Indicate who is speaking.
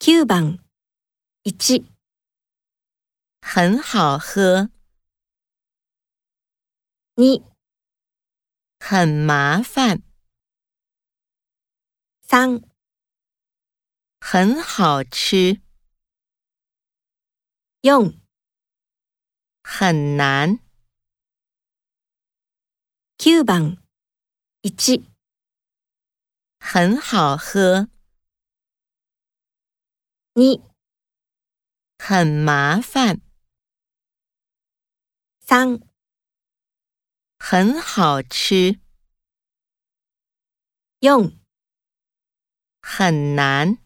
Speaker 1: 9番1、
Speaker 2: 很好喝，
Speaker 1: 2、
Speaker 2: 很麻烦，
Speaker 1: 3、
Speaker 2: 很好吃，
Speaker 1: 4、
Speaker 2: 很难。
Speaker 1: 9番1、
Speaker 2: 很好喝，
Speaker 1: 2、
Speaker 2: 很麻烦，
Speaker 1: 3、
Speaker 2: 很好吃，
Speaker 1: 4
Speaker 2: 很难。